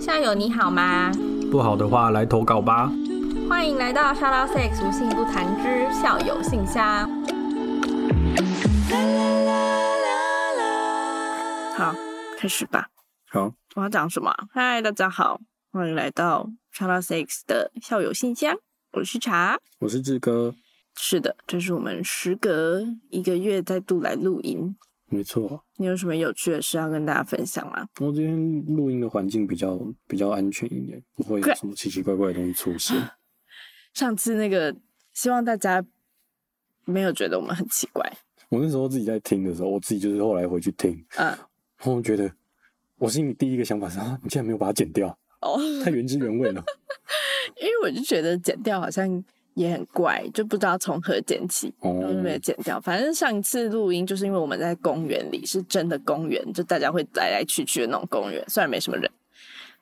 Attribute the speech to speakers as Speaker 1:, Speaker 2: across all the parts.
Speaker 1: 校友你好吗？
Speaker 2: 不好的话来投稿吧。
Speaker 1: 欢迎来到 Shout Out Sex 无性不谈之校友信箱。
Speaker 3: 好，开始吧。
Speaker 2: 好，
Speaker 3: 我要讲什么啊？嗨，大家好，欢迎来到 China Six 的校友信箱，我是茶。
Speaker 2: 我是志哥，
Speaker 3: 是的，这是我们时隔一个月再度来录音。
Speaker 2: 没错。
Speaker 3: 你有什么有趣的事要跟大家分享吗？
Speaker 2: 我今天录音的环境比较比较安全一点，不会有什么奇奇怪怪的东西出 现。
Speaker 3: 上次那个，希望大家没有觉得我们很奇怪。
Speaker 2: 我那时候自己在听的时候，我自己就是后来回去听，
Speaker 3: 嗯，
Speaker 2: 然后我觉得我心里第一个想法是啊，你竟然没有把它剪掉，
Speaker 3: 哦，
Speaker 2: 太原汁原味了。
Speaker 3: 因为我就觉得剪掉好像也很怪，就不知道从何剪起。
Speaker 2: 哦
Speaker 3: 然后就嗯没有剪掉。反正上一次录音就是因为我们在公园里，是真的公园，就大家会来来去去的那种公园，虽然没什么人。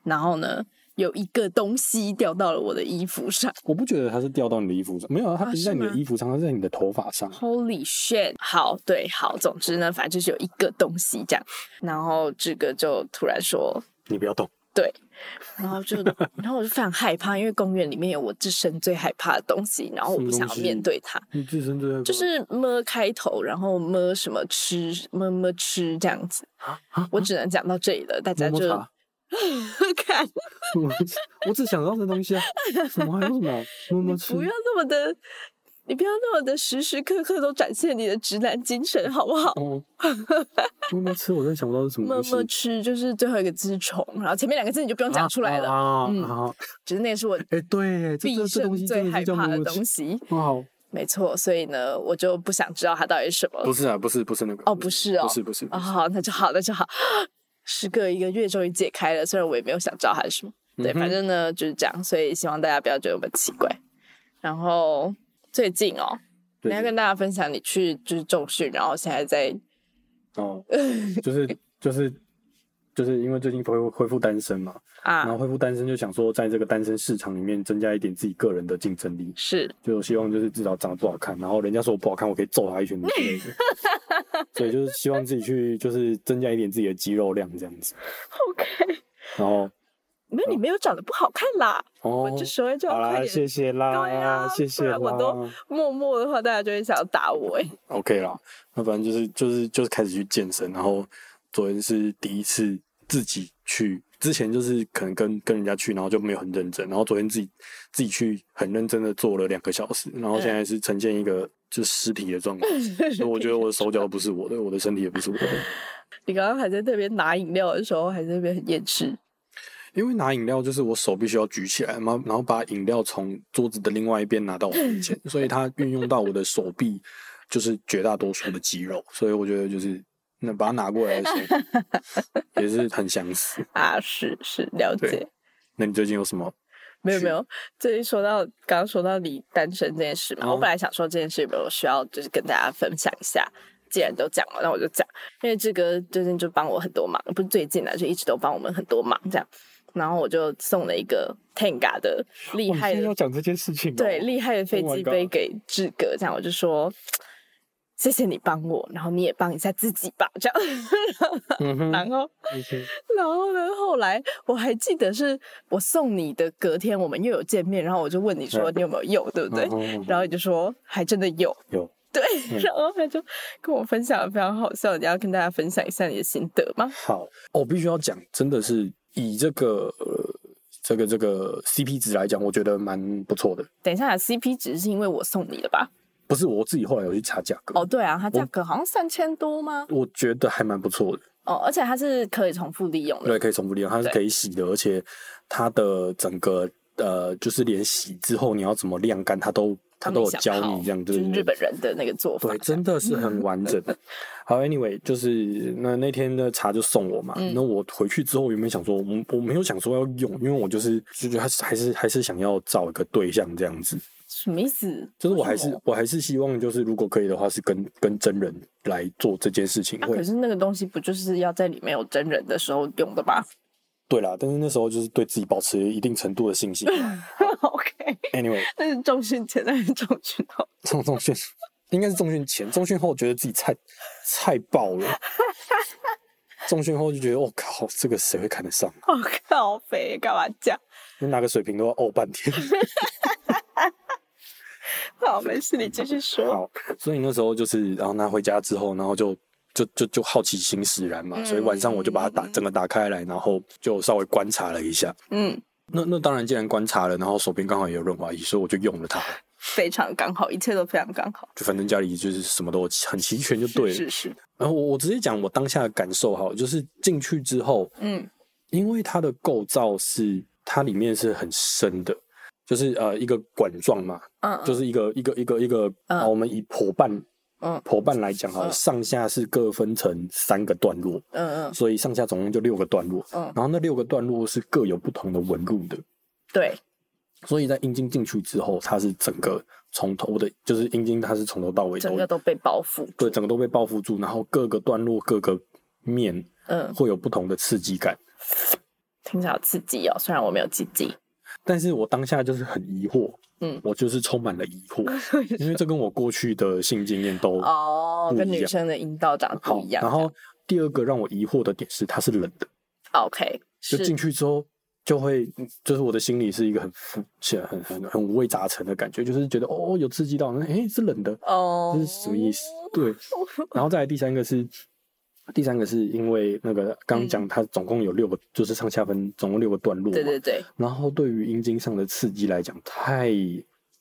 Speaker 3: 然后呢，有一个东西掉到了我的衣服上
Speaker 2: 我不觉得它是掉到你的衣服上，没有啊，它
Speaker 3: 啊
Speaker 2: 不是在你
Speaker 3: 是
Speaker 2: 的
Speaker 3: 吗
Speaker 2: 衣服上，它是在你的头发上。
Speaker 3: ，Holy shit！好，对，好，总之呢，反正就是有一个东西这样。然后志哥就突然说。
Speaker 2: 你不要动，
Speaker 3: 对，然后就，然后我就非常害怕，因为公园里面有我自身最害怕的东西，然后我不想要面对它。
Speaker 2: 你自身最害怕
Speaker 3: 就是么开头，然后么什么吃么么吃这样子。我只能讲到这里了，大家
Speaker 2: 啊摸
Speaker 3: 就
Speaker 2: 摸茶。
Speaker 3: 看，
Speaker 2: 我只想到这东西啊，什么还有什么啊摸摸吃
Speaker 3: 不要那么的，你不要那么的时时刻刻都展现你的直男精神，好不好？
Speaker 2: 哦，摸摸吃，我真的想不到是什么
Speaker 3: 么
Speaker 2: 东西。
Speaker 3: 么吃就是最后一个字是虫，然后前面两个字你就不用讲出来了。
Speaker 2: 啊
Speaker 3: 嗯
Speaker 2: 啊！啊
Speaker 3: 只是那也是我
Speaker 2: 哎，对，这
Speaker 3: 毕
Speaker 2: 这这东
Speaker 3: 生
Speaker 2: 西
Speaker 3: 最
Speaker 2: 真的
Speaker 3: 害
Speaker 2: 是叫
Speaker 3: 怕
Speaker 2: 摸
Speaker 3: 的
Speaker 2: 摸吃
Speaker 3: 东。西，
Speaker 2: 哇哦好，
Speaker 3: 没错。所以呢，我就不想知道它到底是什么。
Speaker 2: 是啊，不是不是那个
Speaker 3: 哦不是哦
Speaker 2: 不是
Speaker 3: 啊、好，那就好，那就好。 时隔一个月，终于解开了。虽然我也没有想知道它是什么，对，
Speaker 2: 嗯哼
Speaker 3: 反正呢就是这样。所以希望大家不要觉得我们奇怪。然后最近哦，你
Speaker 2: 对
Speaker 3: 要跟大家分享你去就是重训，然后现在在
Speaker 2: 哦，就是就是就是因为最近恢复恢复单身嘛，然
Speaker 3: 啊
Speaker 2: 后，恢复单身就想说，在这个单身市场里面增加一点自己个人的竞争力，
Speaker 3: 是
Speaker 2: 就我希望就是至少长得不好看，然后人家说我不好看，我可以揍他一拳之类的。 所以就是希望自己去就是增加一点自己的肌肉量这样子，
Speaker 3: OK，
Speaker 2: 然后
Speaker 3: 没有你没有长得不好看啦，
Speaker 2: 哦
Speaker 3: 我，就说就 要
Speaker 2: 好
Speaker 3: 快
Speaker 2: 啦，
Speaker 3: 点。
Speaker 2: 谢谢啦，
Speaker 3: 对啊
Speaker 2: 谢
Speaker 3: 不
Speaker 2: 谢啦
Speaker 3: 然我都默默的话，大家就会想要打我哎、
Speaker 2: OK 啦，那反正就是就是就是开始去健身，然后昨天是第一次自己去，之前就是可能跟跟人家去，然后就没有很认真，然后昨天自己自己去很认真的做了两个小时，然后现
Speaker 3: 嗯
Speaker 2: 在是呈现一个就尸体的状况， 所以我觉得我的手脚不是我的，我的身体也不是我的，
Speaker 3: 你刚刚还在那边拿饮料的时候，还在那边很厌世。
Speaker 2: 因为拿饮料就是我手必须要举起来，然后然后把饮料从桌子的另外一边拿到我面 前，所以它运用到我的手臂，就是绝大多数的肌肉，所以我觉得就是那把它拿过来的时候 也是很相似。
Speaker 3: 啊，是是了解
Speaker 2: 对。那你最近有什么？
Speaker 3: 没有没
Speaker 2: 去
Speaker 3: 有，最近说到刚刚说到你单身这件事嘛，我
Speaker 2: 哦
Speaker 3: 本来想说这件事有没有需要就是跟大家分享一下。既然都讲了，那我就讲，因为志哥最近就帮我很多忙，不是最近啊，就一直都帮我们很多忙这样。然后我就送了一个 Tenga 的厉害的
Speaker 2: 讲这件事情、
Speaker 3: 对，厉害的飞
Speaker 2: Oh my
Speaker 3: 机杯
Speaker 2: God
Speaker 3: 给志哥，这样我就说谢谢你帮我，然后你也帮一下自己吧，这样。
Speaker 2: 嗯哼，
Speaker 3: 然后然后呢，后来我还记得是我送你的，隔天我们又有见面，然后我就问你说
Speaker 2: 对
Speaker 3: 你有没有用，对不对？
Speaker 2: 嗯
Speaker 3: 然后你就说还真的有，
Speaker 2: 有，
Speaker 3: 对。
Speaker 2: 嗯
Speaker 3: 然后他就跟我分享得非常好笑，你要跟大家分享一下你的心得吗？
Speaker 2: 好，哦我、必须要讲，真的是以这个、呃、这个这个 CP 值来讲，我觉得蛮不错的。
Speaker 3: 等一下，CP 值是因为我送你的吧？
Speaker 2: 不是我自己后来有去查价格，
Speaker 3: 哦，对啊，它价格好像三千多吗？
Speaker 2: 我觉得还蛮不错的。
Speaker 3: 哦，而且它是可以重复利用的。
Speaker 2: 对，可以重复利用，它是
Speaker 3: 对
Speaker 2: 可以洗的，而且它的整个呃，就是连洗之后你要怎么晾干，它都它
Speaker 3: 他
Speaker 2: 都
Speaker 3: 们
Speaker 2: 有
Speaker 3: 想
Speaker 2: 教
Speaker 3: 好
Speaker 2: 你这样，对
Speaker 3: 就是
Speaker 2: 对
Speaker 3: 日
Speaker 2: 对
Speaker 3: 本人的那个做法
Speaker 2: 对，。真的是很完 整。好，anyway，就是那那天的茶就送我嘛。
Speaker 3: 嗯
Speaker 2: 那我回去之后，原本想说，我们我没有想说要用，因为我就是就觉得还是还是还是想要找一个对象这样子。
Speaker 3: 什么意思？
Speaker 2: 就是我
Speaker 3: 为
Speaker 2: 还
Speaker 3: 什
Speaker 2: 是
Speaker 3: 么
Speaker 2: 我还是希望，就是如果可以的话，是跟跟真人来做这件事情
Speaker 3: 啊，
Speaker 2: 会
Speaker 3: 可是那个东西不就是要在里面有真人的时候用的吗
Speaker 2: 对啦。但是那时候就是对自己保持一定程度的信心。
Speaker 3: ？OK。
Speaker 2: anyway，
Speaker 3: 那是重训前，那是重训后。
Speaker 2: 中 中训应该是中训前，中训后觉得自己菜菜爆了， 重训后就觉得，我、哦靠，这个谁会看得上？
Speaker 3: 好靠肥，干嘛讲？
Speaker 2: 你拿个水瓶都要呕半 天。
Speaker 3: 好，没事，你继续说。
Speaker 2: 好，所以那时候就是，然后拿回家之后，然后就就就就好奇心使然嘛，
Speaker 3: 嗯
Speaker 2: 所以晚上我就把它打整个打开来，然后就稍微观察了一下。
Speaker 3: 嗯，
Speaker 2: 那那当然，既然观察了，然后手边刚好也有润滑液，所以我就用了它。
Speaker 3: 非常刚好，一切都非常刚好。
Speaker 2: 就反正家里就是什么都有很齐全就对了。
Speaker 3: 是是是，
Speaker 2: 然后我我直接讲我当下的感受好了，就是进去之后，
Speaker 3: 嗯
Speaker 2: 因为它的构造是它里面是很深的，就是呃一个管状嘛，
Speaker 3: 嗯，
Speaker 2: 就是一个一个一个一个，
Speaker 3: 嗯
Speaker 2: 啊，我们以伙伴
Speaker 3: 嗯
Speaker 2: 伙伴来讲好了，
Speaker 3: 嗯
Speaker 2: 上下是各分成三个段落，
Speaker 3: 嗯嗯
Speaker 2: 所以上下总共就六个段落。
Speaker 3: 嗯
Speaker 2: 然后那六个段落是各有不同的纹路的，
Speaker 3: 对，
Speaker 2: 所以在阴茎进去之后，它是整个从头的，就是阴茎它是从头到尾
Speaker 3: 整
Speaker 2: 都
Speaker 3: 个都被包覆。
Speaker 2: 对，整个都被包覆住，然后各个段落各个面
Speaker 3: 嗯，
Speaker 2: 会有不同的刺激感。
Speaker 3: 听起来好刺激哦，虽然我没有鸡鸡。
Speaker 2: 但是我当下就是很疑惑，
Speaker 3: 嗯
Speaker 2: 我就是充满了疑 惑，因为这跟我过去的性经验都
Speaker 3: 哦，
Speaker 2: 不
Speaker 3: 跟
Speaker 2: 一
Speaker 3: 女
Speaker 2: 样
Speaker 3: 生的阴道长得
Speaker 2: 好
Speaker 3: 不一。样。
Speaker 2: 然后第二个让我疑惑的点是，它是冷的，
Speaker 3: OK，
Speaker 2: 就是进去之后就会，就是我的心里是一个很浮浅、很很很五味杂陈的感觉，就是觉得哦有刺激到，哎、诶是冷的，
Speaker 3: 哦，
Speaker 2: 这是什么意思？对，然后再来第三个是。第三个是因为那个刚
Speaker 3: 嗯
Speaker 2: 讲，它总共有六个，就是上下分总共六个段落嘛。
Speaker 3: 对对对，
Speaker 2: 然后对于阴茎上的刺激来讲，太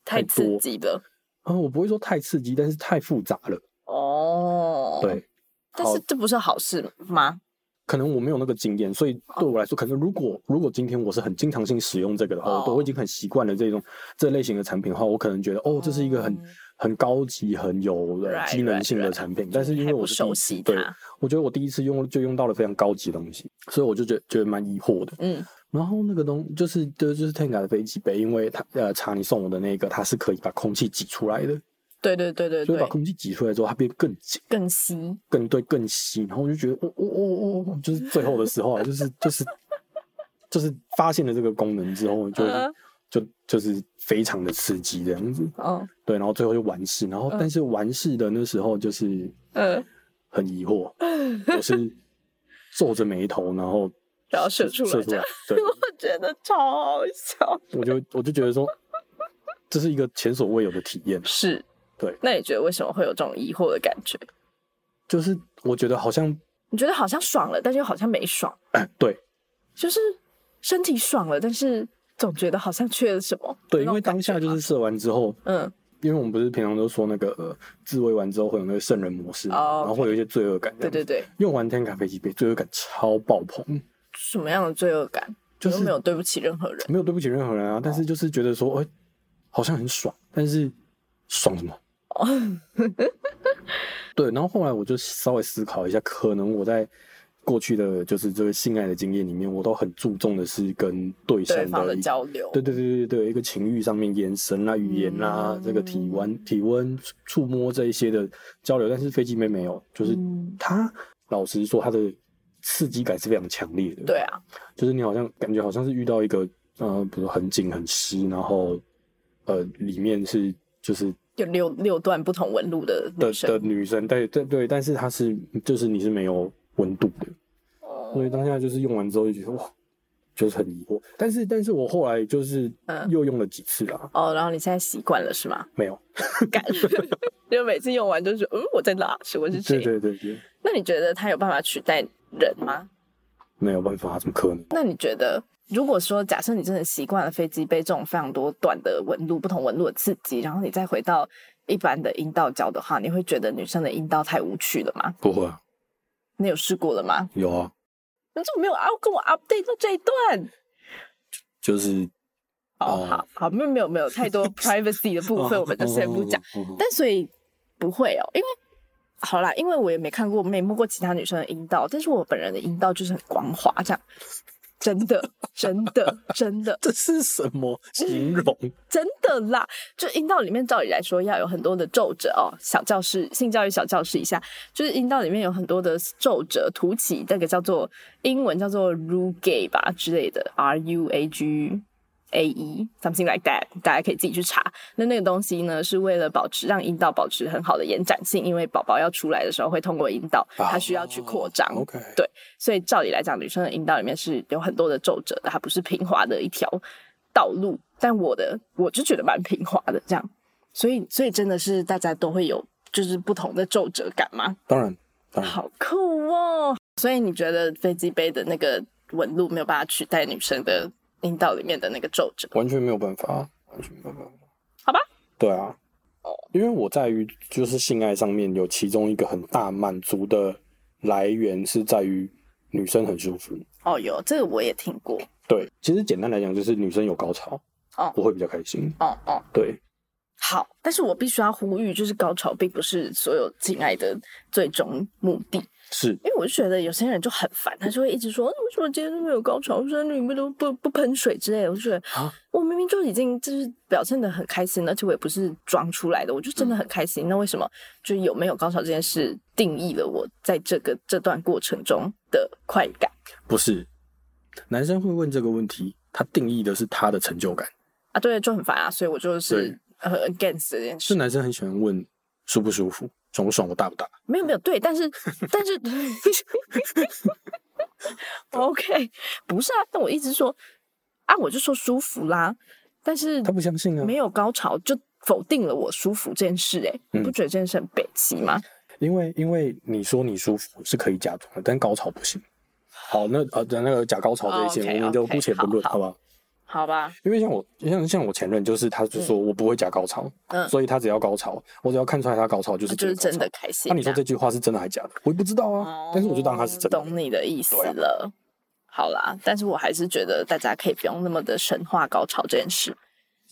Speaker 3: 太刺
Speaker 2: 多
Speaker 3: 激了。
Speaker 2: 啊、我不会说太刺激，但是太复杂了。
Speaker 3: 哦，
Speaker 2: 对，，
Speaker 3: 但是
Speaker 2: 好
Speaker 3: 这不是好事吗？
Speaker 2: 可能我没有那个经验，所以
Speaker 3: 哦
Speaker 2: 对我来说，可能如果如果今天我是很经常性使用这个的话，
Speaker 3: 哦
Speaker 2: 我都已经很习惯了这种这类型的产品的话，我可能觉得哦，这是一个很
Speaker 3: 嗯
Speaker 2: 很高级、很有呃
Speaker 3: Right,
Speaker 2: 机能性的
Speaker 3: right, right.
Speaker 2: 产品。但是因为我是
Speaker 3: 还
Speaker 2: 第一
Speaker 3: 不熟悉
Speaker 2: 次，
Speaker 3: 它
Speaker 2: 对，我觉得我第一次用就用到了非常高级的东西，所以我就觉得觉得蛮疑惑的。
Speaker 3: 嗯，
Speaker 2: 然后那个东就是就是就是 Tenga 的飞机杯，因为它呃查你送我的那个，它是可以把空气挤出来的，
Speaker 3: 对对对对
Speaker 2: 所以把
Speaker 3: 对，
Speaker 2: 空气挤出来之后，它变更紧。
Speaker 3: 更稀。
Speaker 2: 更对更细，然后我就觉得，哦哦哦哦哦，就是最后的时候啊，就是就是就是发现了这个功能之后，就
Speaker 3: 嗯
Speaker 2: 就就是非常的刺激这样子，
Speaker 3: 嗯
Speaker 2: 对，然后最后就完事，然后但是完事的那时候就是
Speaker 3: 嗯，
Speaker 2: 很疑惑，我 是皱着眉头，然后
Speaker 3: 然后射出来
Speaker 2: 射出
Speaker 3: 这
Speaker 2: 来
Speaker 3: 样，，
Speaker 2: 对，
Speaker 3: 我觉得超好笑。
Speaker 2: 我就我就觉得说，这是一个前所未有的体验，
Speaker 3: 是，
Speaker 2: 对。
Speaker 3: 那你觉得为什么会有这种疑惑的感觉？
Speaker 2: 就是我觉得好像，
Speaker 3: 你觉得好像爽了，但是又好像没爽，
Speaker 2: 哎，对，
Speaker 3: 就是身体爽了，但是总觉得好像缺了什么。
Speaker 2: 对，
Speaker 3: 那
Speaker 2: 因
Speaker 3: 种
Speaker 2: 为当下
Speaker 3: 感觉
Speaker 2: 就
Speaker 3: 吗
Speaker 2: 是射完之后，
Speaker 3: 嗯
Speaker 2: 因为我们不是平常都说那个、呃、自慰完之后会有那个圣人模式嘛
Speaker 3: 哦
Speaker 2: 然后会有一些罪恶感。
Speaker 3: 对对。对，
Speaker 2: 用完天卡飞机杯，罪恶感超爆棚，
Speaker 3: 什么样的罪恶感？
Speaker 2: 就是
Speaker 3: 有没有对不起任何人。
Speaker 2: 没有对不起任何人啊，但是就是觉得说，哎、好像很爽，但是爽什么？
Speaker 3: 哦
Speaker 2: 对，然后后来我就稍微思考一下，可能我在过去的就是这个性爱的经验里面，我都很注重的是跟对象
Speaker 3: 对方的
Speaker 2: 一个
Speaker 3: 交流，
Speaker 2: 对对对对对，一个情欲上面眼神啊、语言啊、
Speaker 3: 嗯
Speaker 2: 这个体温、体温、触触摸这一些的交流，但是飞机妹没有，就是
Speaker 3: 嗯
Speaker 2: 它、老实说，它的刺激感是非常强烈的。
Speaker 3: 对，啊，
Speaker 2: 就是你好像感觉好像是遇到一个呃，比如说很紧很湿，然后呃里面是就是
Speaker 3: 有六六段不同纹路的
Speaker 2: 的
Speaker 3: 女
Speaker 2: 的
Speaker 3: 生，
Speaker 2: 女生，对对对，但是它是就是你是没有温度的，
Speaker 3: 哦
Speaker 2: 所以当下就是用完之后就觉得哇。就是很疑惑，但是但是我后来就是
Speaker 3: 嗯
Speaker 2: 又用了几次啦，
Speaker 3: 哦，然后你现在习惯了是吗？
Speaker 2: 没有，
Speaker 3: 感，就每次用完就觉得，嗯，我在哪？是我是谁？
Speaker 2: 对对对对，
Speaker 3: 那你觉得它有办法取代人吗？
Speaker 2: 没有办法，怎么可能？
Speaker 3: 那你觉得，如果说假设你真的习惯了飞机杯这种非常多段的纹路、不同纹路的刺激，然后你再回到一般的阴道交的话，你会觉得女生的阴道太无趣了吗？
Speaker 2: 不会啊，
Speaker 3: 你有试过了吗？
Speaker 2: 有啊，
Speaker 3: 你怎么没有要跟我 update 到这一段？
Speaker 2: 就是
Speaker 3: 哦，
Speaker 2: 哦
Speaker 3: 好好，没有没有没有太多 privacy 的部
Speaker 2: 啊
Speaker 3: 分，我们就先不讲。。
Speaker 2: 哦哦哦哦哦
Speaker 3: 但所以不会哦，因为好啦，因为我也没看过，没摸过其他女生的阴道，但是我本人的阴道就是很光滑，这样，真的，真的，真的，
Speaker 2: 这是什么形容？
Speaker 3: 真的啦！就阴道里面，照理来说要有很多的皱褶哦。小教室性教育小教室一下，就是阴道里面有很多的皱褶凸起，那个叫做英文叫做 rugay 吧之类的，R U A G A E something like that，大家可以自己去查。那那个东西呢，是为了保持让阴道保持很好的延展性，因为宝宝要出来的时候会通过阴道，它需要去扩张。
Speaker 2: 哦 OK，
Speaker 3: 对所以照理来讲，女生的阴道里面是有很多的皱褶的，它不是平滑的一条道路。但我的我就觉得蛮平滑的，这样，所以所以真的是大家都会有就是不同的皱褶感吗？
Speaker 2: 当然当然，
Speaker 3: 好酷哦！所以你觉得飞机杯的那个纹路没有办法取代女生的阴道里面的那个皱褶？
Speaker 2: 完全没有办法，啊完全没有办法。
Speaker 3: 好吧，哦
Speaker 2: 对啊，因为我在于就是性爱上面有其中一个很大满足的来源是在于女生很舒服。
Speaker 3: 哦，有这个我也听过。
Speaker 2: 对，其实简单来讲就是女生有高潮，
Speaker 3: 哦
Speaker 2: 我会比较开心。
Speaker 3: 哦哦，
Speaker 2: 对，
Speaker 3: 好，但是我必须要呼吁，就是高潮并不是所有性爱的最终目的，
Speaker 2: 是
Speaker 3: 因为我就觉得有些人就很烦，他就会一直说为什么今天都没有高潮，生你们都不不喷水之类的。我就觉得
Speaker 2: 啊
Speaker 3: 我明明就已经就是表现的很开心，而且我也不是装出来的，我就真
Speaker 2: 嗯
Speaker 3: 的很开心。那为什么就有没有高潮这件事定义了我在这个这段过程中的快感
Speaker 2: 不是？男生会问这个问题，他定义的是他的成就感。
Speaker 3: 啊？对，就很烦啊，所以我就是
Speaker 2: 对
Speaker 3: 很 against 这件
Speaker 2: 是
Speaker 3: 事。
Speaker 2: 男生很喜欢问舒不舒服、爽不爽、我大不大。
Speaker 3: 没有没有，对，但是但是 ，OK，不是啊，但我一直说啊，我就说舒服啦，但是
Speaker 2: 他不相信啊
Speaker 3: 没，有高潮就否定了我舒服这件事、欸，哎、你不
Speaker 2: 嗯
Speaker 3: 觉得这件事很北齐吗？
Speaker 2: 因为因为你说你舒服是可以假装的，但高潮不行。好，那呃，那个假高潮这一
Speaker 3: 哦
Speaker 2: 些，
Speaker 3: ，OK，
Speaker 2: 我们就
Speaker 3: OK，
Speaker 2: 不且不论，好
Speaker 3: 好好
Speaker 2: 不好？
Speaker 3: 好吧，
Speaker 2: 因为像我，像像我前任，就是他就说我不会假高潮，
Speaker 3: 嗯哦
Speaker 2: 所以他只要高潮，我只要看出来他高潮就是
Speaker 3: 就是
Speaker 2: 高潮
Speaker 3: 真的。开心。
Speaker 2: 那、你说这句话是真的还假的？我也不知道
Speaker 3: 样
Speaker 2: 啊，但是我就当他是真
Speaker 3: 哦懂
Speaker 2: 的。
Speaker 3: 你的意思
Speaker 2: 对啊
Speaker 3: 了。好啦，但是我还是觉得大家可以不用那么的神化高潮这件事。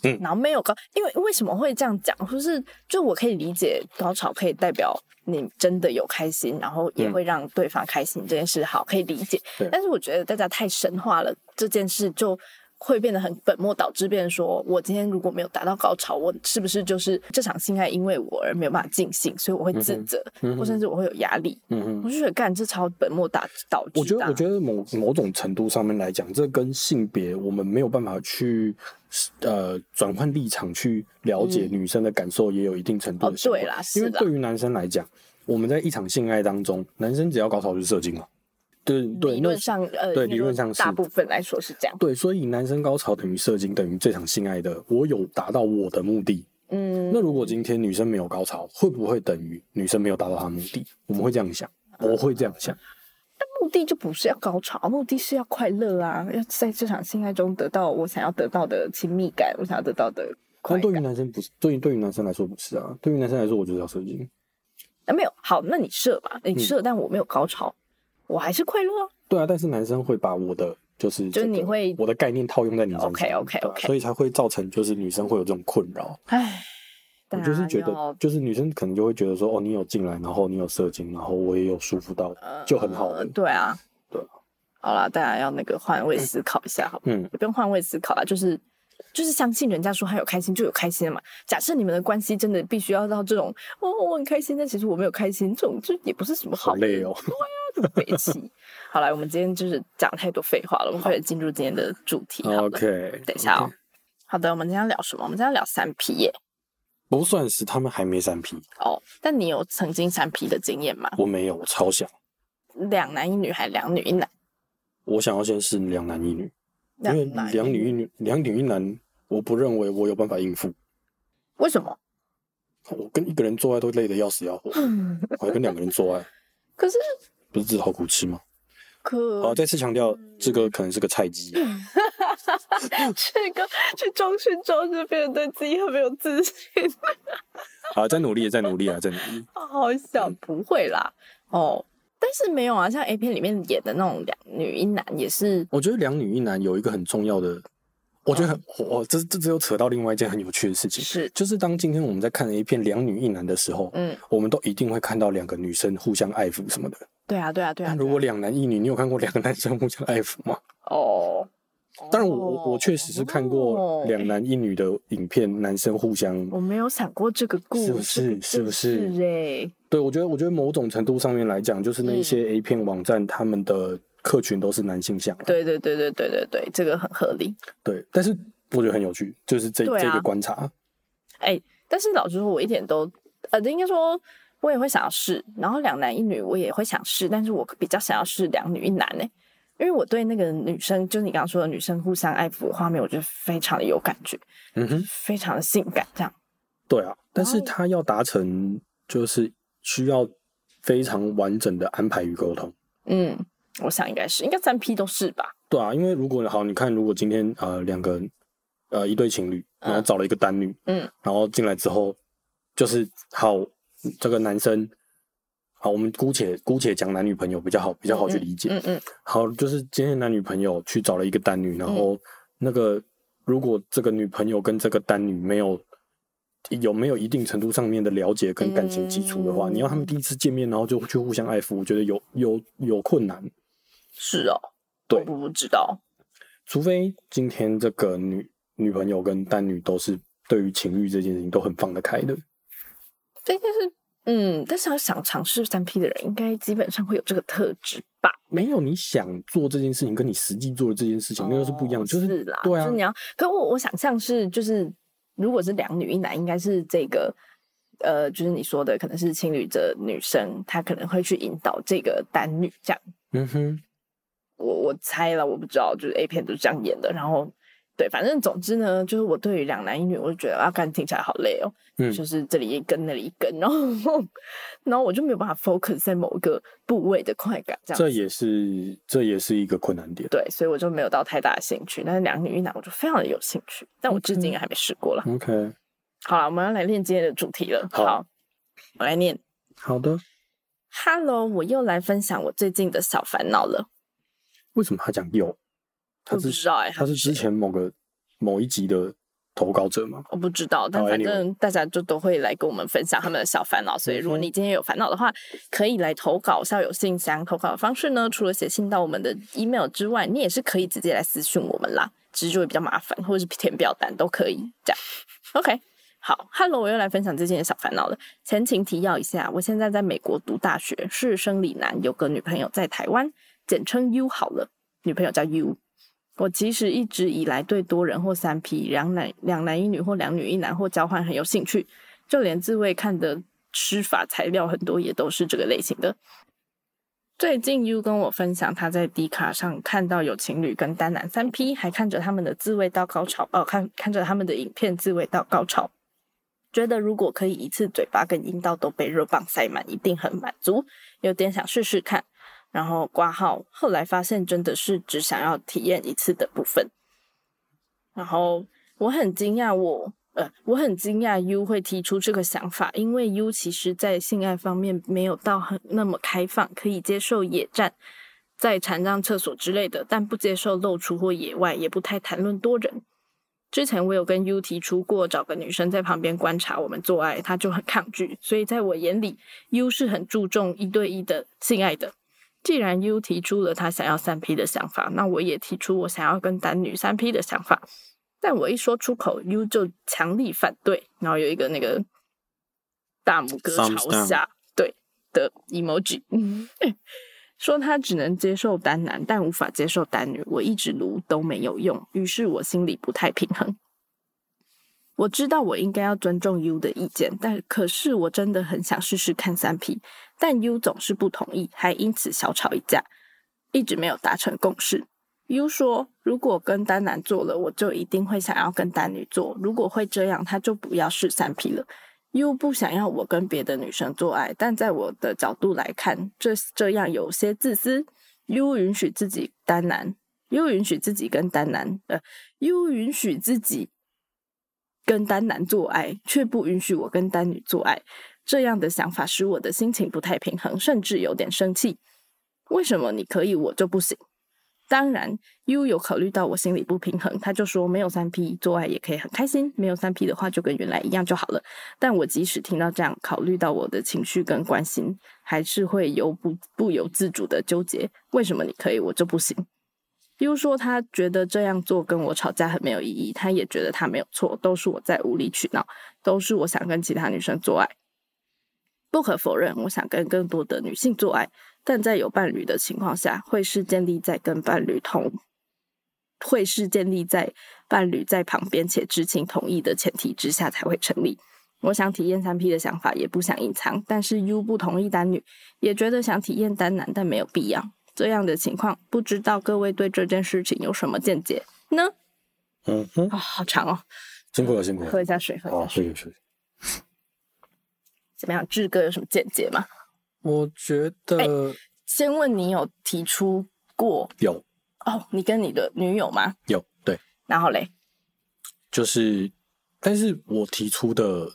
Speaker 2: 嗯
Speaker 3: 然后没有高，因为为什么会这样讲？就是就我可以理解高潮可以代表你真的有开心，然后也
Speaker 2: 嗯
Speaker 3: 会让对方开心这件事，好可以理解
Speaker 2: 对。
Speaker 3: 但是我觉得大家太神化了这件事，就会变得很本末倒置，变成说我今天如果没有达到高潮，我是不是就是这场性爱因为我而没有办法尽兴，所以我会自
Speaker 2: 嗯哼
Speaker 3: 责，
Speaker 2: 嗯
Speaker 3: 或
Speaker 2: 哼
Speaker 3: 甚至我会有压力。
Speaker 2: 嗯哼，
Speaker 3: 我就觉得干这超本末倒倒置的啊。
Speaker 2: 我觉得我觉得某某种程度上面来讲，这跟性别我们没有办法去呃转换立场去了解女生的感受，也有一定程度
Speaker 3: 嗯哦
Speaker 2: 的相关。
Speaker 3: 对啦，
Speaker 2: 因
Speaker 3: 是
Speaker 2: 为
Speaker 3: 啦，
Speaker 2: 对于男生来讲，我们在一场性爱当中，男生只要高潮就是射精嘛。对对，
Speaker 3: 理
Speaker 2: 那
Speaker 3: 论上呃，
Speaker 2: 对
Speaker 3: 应该
Speaker 2: 理论
Speaker 3: 说
Speaker 2: 上是
Speaker 3: 大部分来说是这样。
Speaker 2: 对，所以男生高潮等于射精，等于这场性爱的我有达到我的目的。
Speaker 3: 嗯，
Speaker 2: 那如果今天女生没有高潮，会不会等于女生没有达到她的目的？我们会这样想，
Speaker 3: 嗯
Speaker 2: 我会这样想。
Speaker 3: 目的就不是要高潮，目的是要快乐啊，要在这场性爱中得到我想要得到的亲密感，我想要得到的快
Speaker 2: 但对于
Speaker 3: 感。
Speaker 2: 男生不是，对于对于男生来说不是啊。对于男生来说，我就是要射精。
Speaker 3: 啊，没有好，那你射吧，你
Speaker 2: 嗯
Speaker 3: 射，但我没有高潮，我还是快乐啊。
Speaker 2: 对啊，但是男生会把我的就是、这
Speaker 3: 就是你
Speaker 2: 个
Speaker 3: 会
Speaker 2: 我的概念套用在你身上
Speaker 3: OK，OK，
Speaker 2: 对啊
Speaker 3: OK
Speaker 2: 所以才会造成就是女生会有这种困扰。
Speaker 3: 唉，
Speaker 2: 我
Speaker 3: 大
Speaker 2: 就是
Speaker 3: 家
Speaker 2: 觉
Speaker 3: 啊要
Speaker 2: 得，就是女生可能就会觉得说，哦，你有进来，然后你有射精，然后我也有舒服到，就很好
Speaker 3: 呃
Speaker 2: 了。
Speaker 3: 对啊，
Speaker 2: 对啊
Speaker 3: 好啦，大家要那个换位思考一下，好不好
Speaker 2: 嗯，
Speaker 3: 也不用换位思考啦，就是就是相信人家说他有开心就有开心的嘛。假设你们的关系真的必须要到这种哦，我很开心，但其实我没有开心，这种就也不是什么好啊
Speaker 2: 好累哦，
Speaker 3: 悲戚。好了，我们今天就是讲太多废话了，我们快点进入今天的主题好了。
Speaker 2: OK，
Speaker 3: 等一下哦
Speaker 2: OK，
Speaker 3: 好的，我们今天要聊什么？我们今天要聊三 P 耶。
Speaker 2: 不算是他们还没三 P，
Speaker 3: 哦，但你有曾经三 P 的经验吗？
Speaker 2: 我没有，我超想，
Speaker 3: 两男一女还两女一男？
Speaker 2: 我想要先是两男一女，因为
Speaker 3: 两男
Speaker 2: 两女一女，两女一男，我不认为我有办法应付，
Speaker 3: 为什 么？
Speaker 2: 我跟一个人做爱都累得要死 要活，我还跟两个人做爱，
Speaker 3: 可是
Speaker 2: 不是自讨苦 吃吗？
Speaker 3: 可
Speaker 2: 好，再次强调，这
Speaker 3: 嗯
Speaker 2: 个可能是个菜 鸡，
Speaker 3: 这个去装训装着别人对自己很没有自信，
Speaker 2: 好，再努力，再努力啊，再努力，
Speaker 3: 好想
Speaker 2: 嗯
Speaker 3: 不会啦哦。但是没有啊，像 A 片里面演的那种两女一男也是
Speaker 2: 我觉得两女一男有一个很重要的，我觉得
Speaker 3: 嗯
Speaker 2: 很，我、这这只有扯到另外一件很有趣的事情，
Speaker 3: 是
Speaker 2: 就是当今天我们在看一片两女一男的时候，
Speaker 3: 嗯，
Speaker 2: 我们都一定会看到两个女生互相爱抚什么的。
Speaker 3: 对啊对啊对啊。
Speaker 2: 但
Speaker 3: 对
Speaker 2: 如
Speaker 3: 啊
Speaker 2: 果两男一女，你有看过两个男生互相爱抚吗？
Speaker 3: 哦，
Speaker 2: 当然我，我我确实是看过
Speaker 3: 哦
Speaker 2: 两男一女的影片，男生互相。
Speaker 3: 我没有想过这个故
Speaker 2: 是不
Speaker 3: 事
Speaker 2: 是是不
Speaker 3: 是
Speaker 2: 是
Speaker 3: 哎、欸，
Speaker 2: 对，我觉得，我觉得某种程度上面来讲，就是那一
Speaker 3: 嗯
Speaker 2: 些 A 片网站他们的客群都是男性向啦。
Speaker 3: 对对对对对对对，这个很合理。
Speaker 2: 对，但是我觉得很有趣，就是这、
Speaker 3: 对啊
Speaker 2: 这个观察，
Speaker 3: 哎，但是老实说，我一点都，呃，应该说，我也会想要试，然后两男一女我也会想试，但是我比较想要试两女一男呢、因为我对那个女生，就是你刚刚说的女生互相爱抚的画面，我觉得非常的有感觉，
Speaker 2: 嗯哼，
Speaker 3: 非常的性感，这样。
Speaker 2: 对啊，但是
Speaker 3: 哦
Speaker 2: 它要达成，就是需要非常完整的安排与沟通。
Speaker 3: 嗯，我想应该是，应该三 P 都是吧？
Speaker 2: 对啊，因为如果好，你看，如果今天呃两个呃一对情侣，
Speaker 3: 嗯
Speaker 2: 然后找了一个单女，
Speaker 3: 嗯，
Speaker 2: 然后进来之后，就是好这个男生，好，我们姑且姑且讲男女朋友比较好，比较好去理解。
Speaker 3: 嗯嗯，
Speaker 2: 好，就是今天男女朋友去找了一个单女，然后那个如果这个女朋友跟这个单女没有有没有一定程度上面的了解跟感情基础的话，
Speaker 3: 嗯
Speaker 2: 你要他们第一次见面然后就去互相爱抚，我觉得有有有困难。
Speaker 3: 是哦。
Speaker 2: 对
Speaker 3: 我不不知道。
Speaker 2: 除非今天这个女女朋友跟单女都是对于情欲这件事情都很放得开的，
Speaker 3: 但应该是，嗯，但是要想尝试三 P 的人，应该基本上会有这个特质吧？
Speaker 2: 没有你想做这件事情跟你实际做的这件事情那个是不一样的，
Speaker 3: 哦
Speaker 2: 就是
Speaker 3: 啦，
Speaker 2: 对
Speaker 3: 就
Speaker 2: 啊
Speaker 3: 是，你要，可我我想象是，就是如果是两女一男，应该是这个。呃，就是你说的，可能是情侣的女生，她可能会去引导这个单女这样。
Speaker 2: 嗯哼，
Speaker 3: 我我猜了，我不知道，就是 A 片都是这样演的。然后，对，反正总之呢，就是我对于两男一女，我就觉得啊，干听起来好累哦，
Speaker 2: 嗯
Speaker 3: 就是这里一根那里一根，然后 然后我就没有办法 focus 在某一个部位的快感这样子。
Speaker 2: 这也是这也是一个困难点。
Speaker 3: 对，所以我就没有到太大的兴趣。但是两女一男，我就非常的有兴趣，但我至
Speaker 2: 嗯
Speaker 3: 今也还没试过了。
Speaker 2: OK，
Speaker 3: 好了，我们要来念今天的主题了。
Speaker 2: 好
Speaker 3: 我来念。
Speaker 2: 好的，
Speaker 3: Hello，我又来分享我最近的小烦恼了。
Speaker 2: 为什么他讲有？他
Speaker 3: 我不
Speaker 2: 是
Speaker 3: 知道哎、
Speaker 2: 他是之前某个某一集的投稿者吗？
Speaker 3: 我不知道，但
Speaker 2: 好
Speaker 3: 反
Speaker 2: ，anyway
Speaker 3: 正大家就都会来跟我们分享他们的小烦恼，所以如果
Speaker 2: 嗯哼
Speaker 3: 你今天有烦恼的话，可以来投稿校友信箱。投稿的方式呢，除了写信到我们的 email 之外，你也是可以直接来私讯我们啦，只是就会比较麻烦，或者是填表单都可以这样。OK。好，Hello，我又来分享最近的小烦恼了。前情提要一下，我现在在美国读大学，是生理男，有个女朋友在台湾，简称 U 好了，女朋友叫 U。我其实一直以来对多人或三 P 两男两男一女或两女一男或交换很有兴趣，就连自慰看的施法材料很多也都是这个类型的。最近 U 跟我分享，他在 D 卡上看到有情侣跟单男三 P，还看着他们的自慰到高潮，哦，看看着他们的影片自慰到高潮，觉得如果可以一次嘴巴跟阴道都被热棒塞满，一定很满足，有点想试试看。然后挂号，后来发现真的是只想要体验一次的部分。然后我很惊讶我，呃，我很惊讶 U 会提出这个想法，因为 U 其实在性爱方面没有到很那么开放，可以接受野战、在禅让厕所之类的，但不接受露出或野外，也不太谈论多人。之前我有跟 U 提出过，找个女生在旁边观察我们做爱，他就很抗拒，所以在我眼里，U 是很注重一对一的性爱的。既然 U 提出了他想要三 P 的想法，那我也提出我想要跟单女三 P 的想法。但我一说出口，U 就强力反对，然后有一个那个大拇哥
Speaker 2: Thumbs
Speaker 3: 朝
Speaker 2: down
Speaker 3: 下对的 emoji，说他只能接受单男，但无法接受单女。我一直撸都没有用，于是我心里不太平衡。我知道我应该要尊重 U 的意见，但可是我真的很想试试看三 P，但 U 总是不同意，还因此小吵一架，一直没有达成共识。U 说，如果跟单男做了，我就一定会想要跟单女做；如果会这样，他就不要试三 P 了。U 不想要我跟别的女生做爱，但在我的角度来看，这这样有些自私。U 允许自己单男，U 允许自己跟单男，呃，U 允许自己跟单男做爱，却不允许我跟单女做爱。这样的想法使我的心情不太平衡，甚至有点生气。为什么你可以，我就不行？当然，U 有考虑到我心里不平衡，他就说没有三 P 做爱也可以很开心，没有三 P 的话就跟原来一样就好了。但我即使听到这样，考虑到我的情绪跟关心，还是会由不不由自主的纠结：为什么你可以，我就不行？又说他觉得这样做跟我吵架很没有意义，他也觉得他没有错，都是我在无理取闹，都是我想跟其他女生做爱。不可否认，我想跟更多的女性做爱，但在有伴侣的情况下，会是建立在跟伴侣同会是建立在伴侣在旁边且知情同意的前提之下才会成立。我想体验三 P 的想法，也不想隐藏，但是 U 不同意单女，也觉得想体验单男，但没有必要。这样的情况，不知道各位对这件事情有什么见解呢？
Speaker 2: 嗯哼，
Speaker 3: 哦，好长哦，
Speaker 2: 辛苦了，辛苦了。
Speaker 3: 喝一下水，喝一
Speaker 2: 好，
Speaker 3: 下水。
Speaker 2: 谢谢谢谢。
Speaker 3: 怎么样，志哥有什么见解吗？
Speaker 2: 我觉得
Speaker 3: 哎先问你有提出过
Speaker 2: 有
Speaker 3: 哦，你跟你的女友吗？
Speaker 2: 有对，
Speaker 3: 然后嘞，
Speaker 2: 就是，但是我提出的，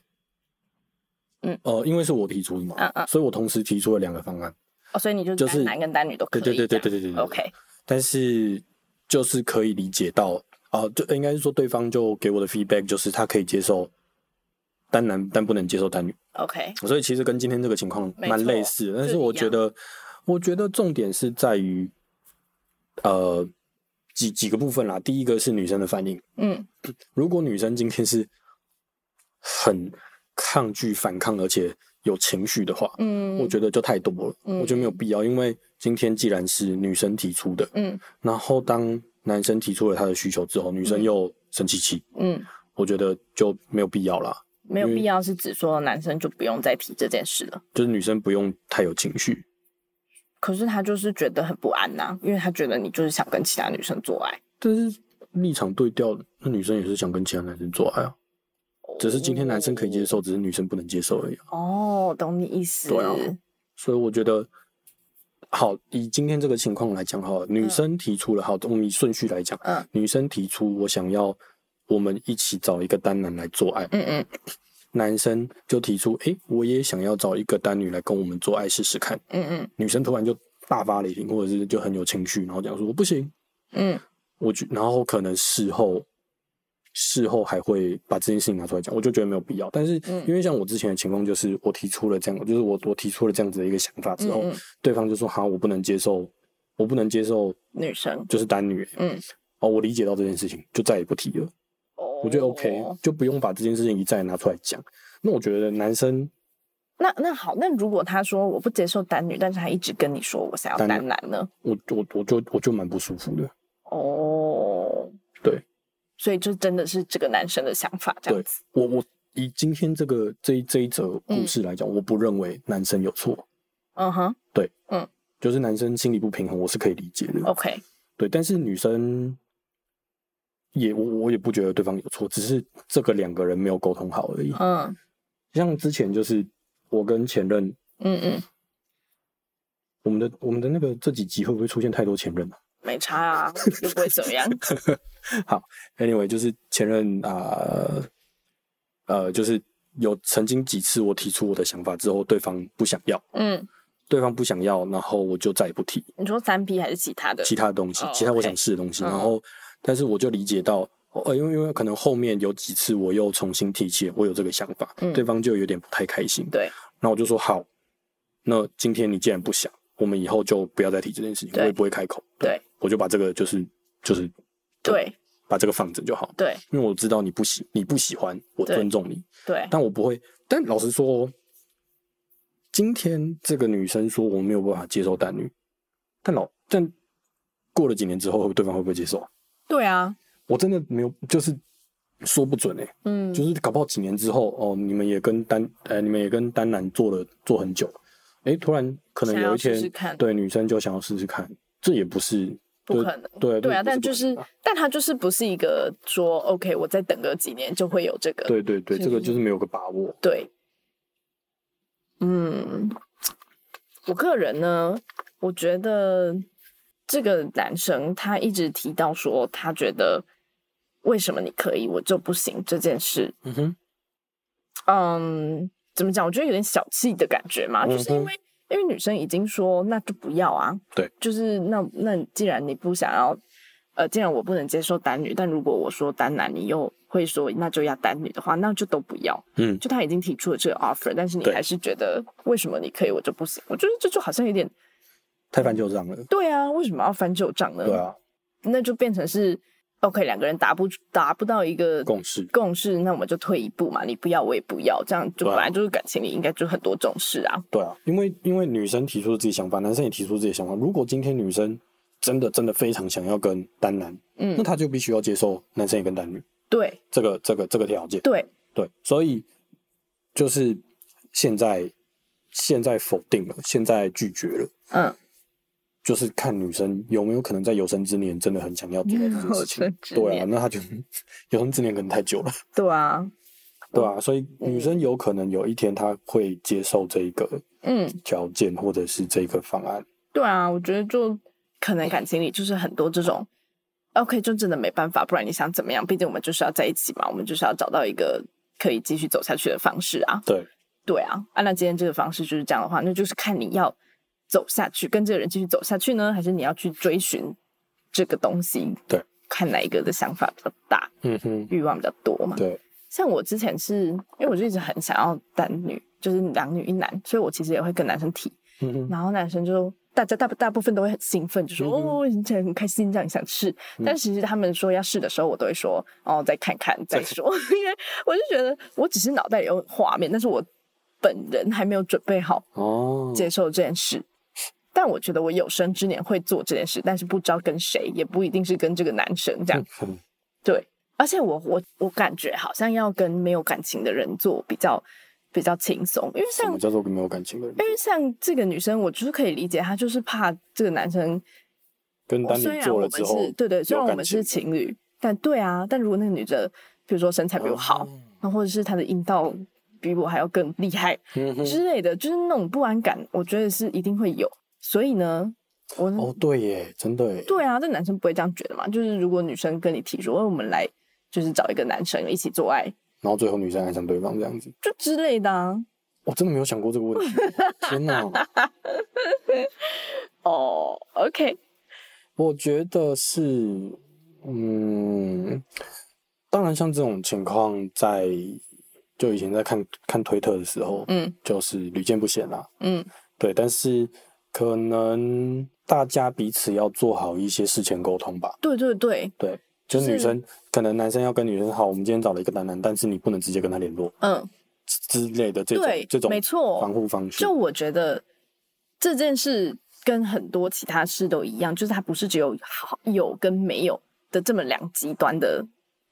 Speaker 3: 嗯
Speaker 2: 呃，因为是我提出的嘛，
Speaker 3: 嗯嗯
Speaker 2: 所以我同时提出了两个方案，
Speaker 3: 哦，所以你就
Speaker 2: 就
Speaker 3: 单
Speaker 2: 是
Speaker 3: 男跟单女都可
Speaker 2: 对
Speaker 3: 以，
Speaker 2: 对对对对对对
Speaker 3: 这
Speaker 2: 对
Speaker 3: 样
Speaker 2: 对
Speaker 3: OK，
Speaker 2: 但是就是可以理解到啊、就应该是说对方就给我的 feedback 就是他可以接受单男，但不能接受单女，
Speaker 3: OK，
Speaker 2: 所以其实跟今天这个情况
Speaker 3: 没
Speaker 2: 蛮
Speaker 3: 错
Speaker 2: 类似的，但
Speaker 3: 是
Speaker 2: 是
Speaker 3: 一
Speaker 2: 我觉
Speaker 3: 样
Speaker 2: 得，我觉得重点是在于，呃，几几个部分啦。第一个是女生的反应，
Speaker 3: 嗯，
Speaker 2: 如果女生今天是很抗拒、反抗，而且有情绪的话，
Speaker 3: 嗯
Speaker 2: 我觉得就太多了，
Speaker 3: 嗯
Speaker 2: 我觉得没有必要，因为今天既然是女生提出的，
Speaker 3: 嗯
Speaker 2: 然后当男生提出了他的需求之后，女生又生气气，
Speaker 3: 嗯，
Speaker 2: 我觉得就没有必要啦，
Speaker 3: 没有
Speaker 2: 因为
Speaker 3: 必要是指说男生就不用再提这件事了。
Speaker 2: 就是女生不用太有情绪。
Speaker 3: 可是他就是觉得很不安呐、因为他觉得你就是想跟其他女生做爱。
Speaker 2: 但是立场对调，那女生也是想跟其他男生做爱啊，只是今天男生可以接受，只是女生不能接受而已啊、
Speaker 3: 哦，懂你意思。
Speaker 2: 对啊所以我觉得，好，以今天这个情况来讲哈，女生提出了，好，我们以顺序来讲，
Speaker 3: 嗯
Speaker 2: 女生提出我想要我们一起找一个单男来做爱，
Speaker 3: 嗯嗯
Speaker 2: 男生就提出，诶，我也想要找一个单女来跟我们做爱试试看。
Speaker 3: 嗯嗯
Speaker 2: 女生突然就大发雷霆，或者是就很有情绪，然后讲说我不行，
Speaker 3: 嗯，
Speaker 2: 我觉，然后可能事后，事后还会把这件事情拿出来讲，我就觉得没有必要。但是
Speaker 3: 嗯
Speaker 2: 因为像我之前的情况，就是我提出了这样，就是我我提出了这样子的一个想法之后，
Speaker 3: 嗯嗯
Speaker 2: 对方就说：“哈，我不能接受，我不能接受，
Speaker 3: 女生。
Speaker 2: 就是单女。”
Speaker 3: 嗯，
Speaker 2: 哦，我理解到这件事情，就再也不提了。
Speaker 3: 哦
Speaker 2: 我觉得 OK，、就不用把这件事情一再拿出来讲。那我觉得男生
Speaker 3: 那那好，那如果他说我不接受单女，但是他一直跟你说我想要
Speaker 2: 单
Speaker 3: 单男呢？
Speaker 2: 我我我就我就蛮不舒服的。
Speaker 3: 哦，
Speaker 2: 对，
Speaker 3: 所以就真的是这个男生的想法这样
Speaker 2: 对
Speaker 3: 子。
Speaker 2: 我我以今天这个这一这一则故事来讲，我不认为男生有错，
Speaker 3: 嗯哼
Speaker 2: 就是男生心理不平衡，我是可以理解的。
Speaker 3: ，OK，
Speaker 2: 对，但是女生也我我也不觉得对方有错，只是这个两个人没有沟通好而已。
Speaker 3: 嗯
Speaker 2: 像之前就是我跟前任，
Speaker 3: 嗯嗯，
Speaker 2: 我们的我们的那个这几集会不会出现太多前任啊
Speaker 3: 没差 啊，又不会怎么样。
Speaker 2: ？Anyway，就是前任啊呃就是有曾经几次我提出我的想法之后，对方不想要，
Speaker 3: 嗯，
Speaker 2: 对方不想要，然后我就再也不提
Speaker 3: 你说三 P 还是其他的？
Speaker 2: 其他的东西，
Speaker 3: 哦
Speaker 2: 其他我
Speaker 3: OK
Speaker 2: 想试的东西。
Speaker 3: 嗯
Speaker 2: 然后，但是我就理解到，呃，因为因为可能后面有几次我又重新提起我有这个想法，
Speaker 3: 嗯
Speaker 2: 对方就有点不太开心。
Speaker 3: 对，
Speaker 2: 那我就说好，那今天你既然不想，我们以后就不要再提这件事情，
Speaker 3: 对
Speaker 2: 我也不会开口。
Speaker 3: 对，
Speaker 2: 我就把这个就是就是
Speaker 3: 对
Speaker 2: 把这个放着就好，
Speaker 3: 对
Speaker 2: 因为我知道你不喜你不喜欢，我
Speaker 3: 对
Speaker 2: 尊重你，
Speaker 3: 对，
Speaker 2: 但我不会。但老实说、哦，今天这个女生说我没有办法接受单女，但老但过了几年之后，对方会不会接受啊？
Speaker 3: 对啊，
Speaker 2: 我真的没有，就是说不准哎、
Speaker 3: 嗯，
Speaker 2: 就是搞不好几年之后哦，你们也跟单呃，你们也跟单男做了做很久，哎，突然可能
Speaker 3: 想
Speaker 2: 有
Speaker 3: 要
Speaker 2: 一天
Speaker 3: 试试看
Speaker 2: 对女生就想要试试看，这也不是
Speaker 3: 不可能。
Speaker 2: 对
Speaker 3: 对啊，
Speaker 2: 这
Speaker 3: 但
Speaker 2: 不
Speaker 3: 就
Speaker 2: 可能
Speaker 3: 是
Speaker 2: 啊，
Speaker 3: 但他就是不是一个说 OK，我再等个几年就会有这个。
Speaker 2: 对对对，
Speaker 3: 是
Speaker 2: 这个
Speaker 3: 是
Speaker 2: 就是没有个把握。
Speaker 3: 对，嗯，我个人呢，我觉得这个男生他一直提到说，他觉得为什么你可以，我就不行这件事，
Speaker 2: 嗯哼，
Speaker 3: 嗯，怎么讲？我觉得有点小气的感觉嘛，就是
Speaker 2: 嗯
Speaker 3: 因
Speaker 2: 哼
Speaker 3: 为因为女生已经说那就不要啊，
Speaker 2: 对，
Speaker 3: 就是那那既然你不想要，呃，既然我不能接受单女，但如果我说单男，你又会说那就要单女的话，那就都不要。
Speaker 2: 嗯
Speaker 3: 就他已经提出了这个 offer，但是你
Speaker 2: 对
Speaker 3: 还是觉得为什么你可以我就不行？我觉得这就好像有点
Speaker 2: 太翻旧账了。
Speaker 3: 对啊，为什么要翻旧账呢？
Speaker 2: 对，啊，
Speaker 3: 那就变成是 OK，两个人达不达不到一个
Speaker 2: 共识。
Speaker 3: 共识，那我们就退一步嘛，你不要我也不要，这样就
Speaker 2: 对啊
Speaker 3: 本来就是感情里应该就很多种事啊。
Speaker 2: 对啊，因为因为女生提出自己想法，男生也提出自己想法。如果今天女生真的真的非常想要跟单男，那
Speaker 3: 嗯，
Speaker 2: 他就必须要接受男生也跟单女
Speaker 3: 对
Speaker 2: 这个这个这个条件。
Speaker 3: 对，
Speaker 2: 对，所以就是现在现在否定了，现在拒绝了，
Speaker 3: 嗯，
Speaker 2: 就是看女生有没有可能在有生之年真的很想要做到这件事
Speaker 3: 有生
Speaker 2: 情。
Speaker 3: 之
Speaker 2: 对啊，
Speaker 3: 年
Speaker 2: 那他就 有生之年可能太久了，
Speaker 3: 对啊，
Speaker 2: 对啊，所以女生有可能有一天她会接受这一个
Speaker 3: 嗯，
Speaker 2: 条件或者是这个方案。
Speaker 3: 对啊，我觉得就可能感情里就是很多这种，OK，就真的没办法，不然你想怎么样？毕竟我们就是要在一起嘛，我们就是要找到一个可以继续走下去的方式啊。
Speaker 2: 对，
Speaker 3: 对啊，啊，那今天这个方式就是这样的话，那就是看你要走下去，跟这个人继续走下去呢，还是你要去追寻这个东西？
Speaker 2: 对，
Speaker 3: 看哪一个的想法比较大，
Speaker 2: 嗯哼，
Speaker 3: 欲望比较多嘛。
Speaker 2: 对，
Speaker 3: 像我之前是因为我就一直很想要单女，就是两女一男，所以我其实也会跟男生提，
Speaker 2: 嗯哼，
Speaker 3: 然后男生就大家大大部分都会很兴奋，就说、
Speaker 2: 嗯哼嗯
Speaker 3: 哦，你这样很开心，这样想试。但其实他们说要试的时候，我都会说哦，再看看再说， 因为我就觉得我只是脑袋里有画面，但是我本人还没有准备好
Speaker 2: 哦，
Speaker 3: 接受这件事。但我觉得我有生之年会做这件事，但是不知道跟谁，也不一定是跟这个男生这样。
Speaker 2: 嗯
Speaker 3: 对，而且我我我感觉好像要跟没有感情的人做比较比较轻松，因为
Speaker 2: 什
Speaker 3: 像
Speaker 2: 么叫做没有感情的人？
Speaker 3: 因为像这个女生，我就是可以理解，她就是怕这个男生。
Speaker 2: 跟单
Speaker 3: 虽
Speaker 2: 女
Speaker 3: 然我
Speaker 2: 做了
Speaker 3: 们
Speaker 2: 之
Speaker 3: 是
Speaker 2: 后，
Speaker 3: 对对，虽
Speaker 2: 有
Speaker 3: 然我
Speaker 2: 感
Speaker 3: 们
Speaker 2: 情
Speaker 3: 是
Speaker 2: 的
Speaker 3: 情侣，但对啊，但如果那个女的，比如说身材比我好，
Speaker 2: 哦
Speaker 3: 然后或者是她的阴道比我还要更厉害
Speaker 2: 嗯哼
Speaker 3: 之类的，就是那种不安感，我觉得是一定会有。所以呢，我、
Speaker 2: 哦，对耶，真的耶，
Speaker 3: 对啊，这男生不会这样觉得嘛？就是如果女生跟你提出，哦我们来就是找一个男生一起做爱，
Speaker 2: 然后最后女生爱上对方这样子，
Speaker 3: 就之类的啊。
Speaker 2: 我真的没有想过这个 问题，天哪！
Speaker 3: 哦，OK，
Speaker 2: 我觉得是，嗯，当然像这种情况在，就以前在看看推特的时候，
Speaker 3: 嗯
Speaker 2: 就是屡见不鲜啦，
Speaker 3: 嗯，
Speaker 2: 对，但是可能大家彼此要做好一些事前沟通吧，
Speaker 3: 对对对，
Speaker 2: 对，就是女
Speaker 3: 是
Speaker 2: 生可能男生要跟女生好，我们今天找了一个男男，但是你不能直接跟他联络
Speaker 3: 嗯，
Speaker 2: 之之类的这种
Speaker 3: 对，
Speaker 2: 这种
Speaker 3: 没错，
Speaker 2: 防护方式，
Speaker 3: 就我觉得这件事跟很多其他事都一样，就是它不是只有好有跟没有的这么两极端的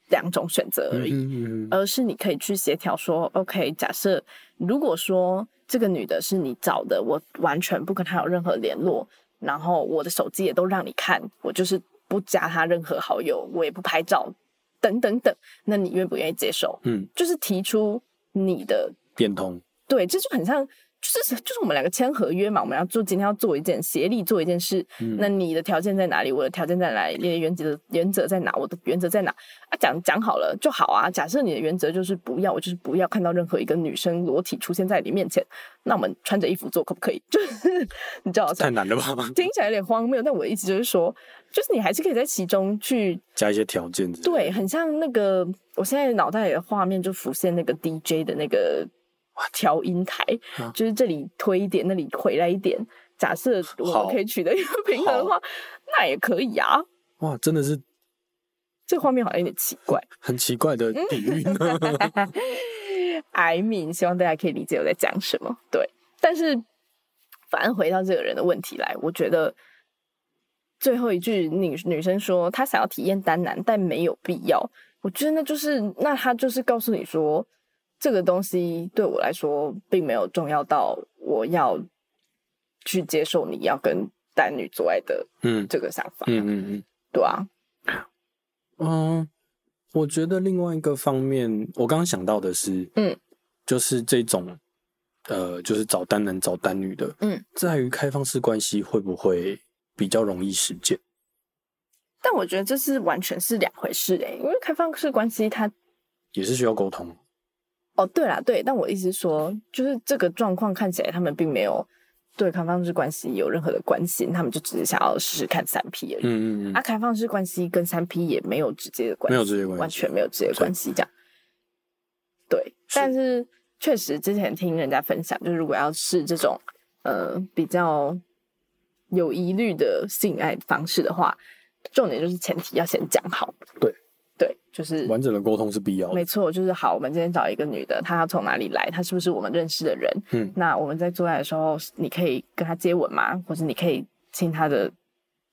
Speaker 3: 两种选择而已，呃
Speaker 2: 嗯嗯嗯
Speaker 3: 而是你可以去协调说，OK，假设如果说这个女的是你找的，我完全不跟她有任何联络，然后我的手机也都让你看，我就是不加她任何好友，我也不拍照，等等等，那你愿不愿意接受？
Speaker 2: 嗯，
Speaker 3: 就是提出你的
Speaker 2: 变通，
Speaker 3: 对，这就很像，就是就是我们两个签合约嘛，我们要做今天要做一件协力做一件事，
Speaker 2: 嗯
Speaker 3: 那你的条件在哪里？我的条件在哪里？你的原则原则在哪？我的原则在哪？啊，讲讲好了就好啊。假设你的原则就是不要，我就是不要看到任何一个女生裸体出现在你面前，那我们穿着衣服做可不可以？ 就是你知道，
Speaker 2: 太难了 吧？
Speaker 3: 听起来有点荒谬，但我的意思就是说，就是你还是可以在其中去
Speaker 2: 加一些条件之类的，
Speaker 3: 对，很像那个，我现在脑袋里的画面就浮现那个 DJ 的那个调音台，
Speaker 2: 啊
Speaker 3: 就是这里推一点，那里回来一点。假设我
Speaker 2: 好
Speaker 3: 们可以取得一个平衡的话，那也可以啊。
Speaker 2: 哇，真的是
Speaker 3: 这个画面好像有点奇怪。
Speaker 2: 很奇怪的
Speaker 3: 嗯
Speaker 2: 啊比喻呢。
Speaker 3: I mean，希望大家可以理解我在讲什么。对，但是反正回到这个人的问题来，我觉得最后一句女女生说她想要体验单男，但没有必要。我觉得那就是那她就是告诉你说，这个东西对我来说并没有重要到我要去接受你要跟单女做爱的
Speaker 2: 嗯
Speaker 3: 这个想法，
Speaker 2: 嗯嗯
Speaker 3: 对啊，
Speaker 2: 嗯嗯，我觉得另外一个方面，我刚刚想到的是，
Speaker 3: 嗯，
Speaker 2: 就是这种，呃，就是找单男找单女的，
Speaker 3: 嗯，
Speaker 2: 在于开放式关系会不会比较容易实践？
Speaker 3: 但我觉得这是完全是两回事诶、欸因为开放式关系它
Speaker 2: 也是需要沟通。
Speaker 3: 哦，对啦，对，但我意思是说，就是这个状况看起来他们并没有对开放式关系有任何的关心，他们就只是想要试试看三 P 而已。
Speaker 2: 嗯嗯
Speaker 3: 啊，
Speaker 2: 嗯，
Speaker 3: 开放式关系跟三 P 也没有直接的关系，
Speaker 2: 没有直接关系
Speaker 3: 完全没有直接关系这样。对，但是确实之前听人家分享，就是如果要试这种呃比较有疑虑的性爱方式的话，重点就是前提要先讲好。
Speaker 2: 对，
Speaker 3: 对，就是
Speaker 2: 完整的沟通是必要
Speaker 3: 没
Speaker 2: 的。
Speaker 3: 错，就是好，我们今天找一个女的，她要从哪里来？她是不是我们认识的人？
Speaker 2: 嗯
Speaker 3: 那我们在做爱的时候，你可以跟她接吻吗？或者你可以亲她的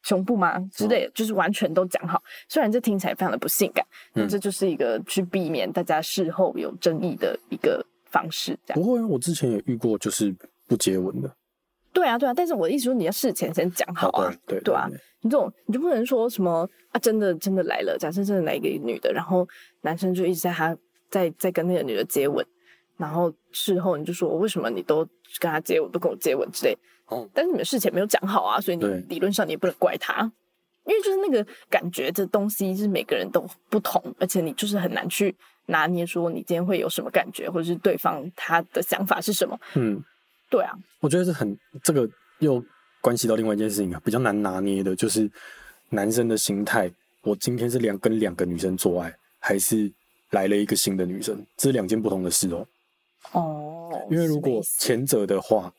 Speaker 3: 胸部吗之
Speaker 2: 哦
Speaker 3: 类的，就是完全都讲好。虽然这听起来非常的不性感，但
Speaker 2: 嗯
Speaker 3: 这就是一个去避免大家事后有争议的一个方式。这样
Speaker 2: 不会啊，我之前也遇过，就是不接吻的。
Speaker 3: 对啊，对啊。但是我的意思说，你要事前先讲好啊。
Speaker 2: 对
Speaker 3: 对啊，你这种你就不能说什么啊，真的真的来了，假设真的来一个女的，然后男生就一直在他在在跟那个女的接吻，然后事后你就说为什么你都跟他接吻，都跟我接吻之类，
Speaker 2: 哦，
Speaker 3: 但是你们事前没有讲好啊，所以你
Speaker 2: 对
Speaker 3: 理论上你也不能怪他，因为就是那个感觉这东西是每个人都不同，而且你就是很难去拿捏说你今天会有什么感觉，或者是对方他的想法是什么，
Speaker 2: 嗯，
Speaker 3: 对啊，
Speaker 2: 我觉得是很这个又关系到另外一件事情啊，比较难拿捏的，就是男生的心态。我今天是两跟两个女生做爱，还是来了一个新的女生，这是两件不同的事哦、
Speaker 3: 哦
Speaker 2: 因为如果前者的话，